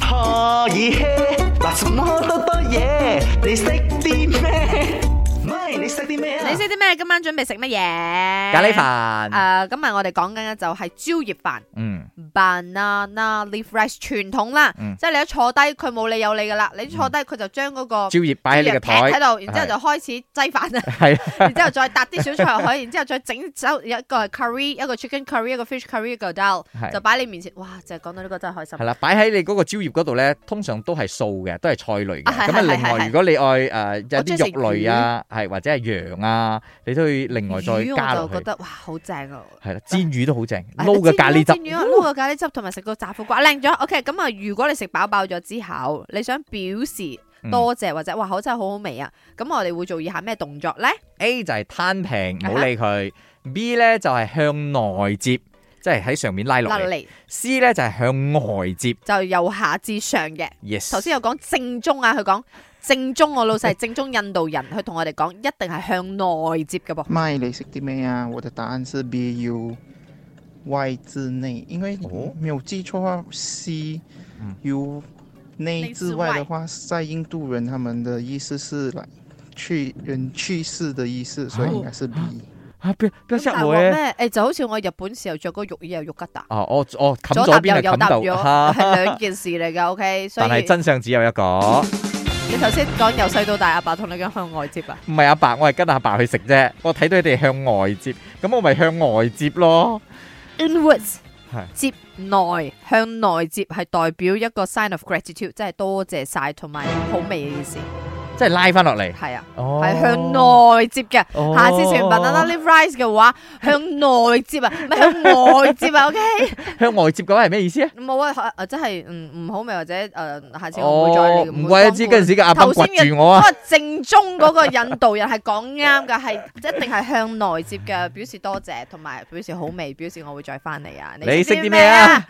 可以 hea 嗱什麼多多嘢，你識啲咩？咪你識啲咩啊？你識啲咩？今晚準備食乜嘢？咖咖喱。飯，誒，今日我哋講緊嘅就係蕉葉飯嗯， （banana leaf rice） 傳統啦嗯，即係你一坐低，佢冇理由你噶啦，你一坐低佢就將嗰個蕉葉擺喺哎你嘅蕉葉劈喺台，度，然之後就開始擠飯 啦。係然之後再搭啲小菜落去，然之後再整走一個係 curry，一個 chicken curry，一個 fish curry，一個 dal，係就擺你面前。哇！就係講到呢個真係開心係。啦，擺喺你嗰個蕉葉嗰度咧，通常都係素嘅，都係菜類嘅。啊係咁啊，係係另係外係如果你愛誒有我中意食啲肉類啊，係或者係羊啊，你都去另外再加魚落我就覺去。得哇，好正啊！係啦，煎魚都好正，哎撈嘅咖喱煎魚煎魚啊撈汁。個咖喱汁，同埋食個炸苦瓜，靚咗。OK，咁啊，如果你食飽飽咗之後，你想表示嗯多謝或者哇，好真係好好味啊！咁我哋會做以下咩動作咧？ A 就係攤平，唔好理佢。B 咧就係向內接，即係喺上面拉落嗱嚟。嚟 C 咧就係向外接。就由下至上嘅。 Yes。頭先有講正宗啊，佢講正宗，我老細係正宗印度人，佢同我哋講一定係向內接嘅噃。麦雷是的咩啊？我的答案是 B U Y 字内，因为哦没有记错的话，C 嗯 U 内内字字外外的话，在印度人他们的意思是来去人去世的意思，所以应该是 B。啊，不要不要咁大嚇鑊我咧！咩？誒就好似我日本時候着嗰個浴衣又浴吉達，哦，我我冚搭咗右邊係右冚搭到，咗，哈係 兩件事嚟㗎。OK，所 但以係真相只有一個。你頭先講由細到大，阿爸同你講向外接啊。唔係阿爸，我係跟阿爸去食啫。我睇到佢哋向外接，咁我咪向外接咯。 inwards 係接內向內接係代表一個 sign of gratitude，即係多謝晒同埋好味嘅意思。即係拉翻落嚟。係啊，哦係向。內接嘅。哦下次食完 banana leaf rice 嘅話，向內接啊，唔係向外接啊。OK， 向外接嘅話係咩意思啊？冇啊，誒真係唔唔好味或者誒，下次我唔會再哦，嚟。唔怪得知嗰陣時嘅阿頭伯先掘嘅住我啊嗰。個正宗嗰個印度人係講啱嘅，係一定係向內接嘅，表示多謝同埋表示好味，表示我會再翻嚟啊！你識啲咩啊？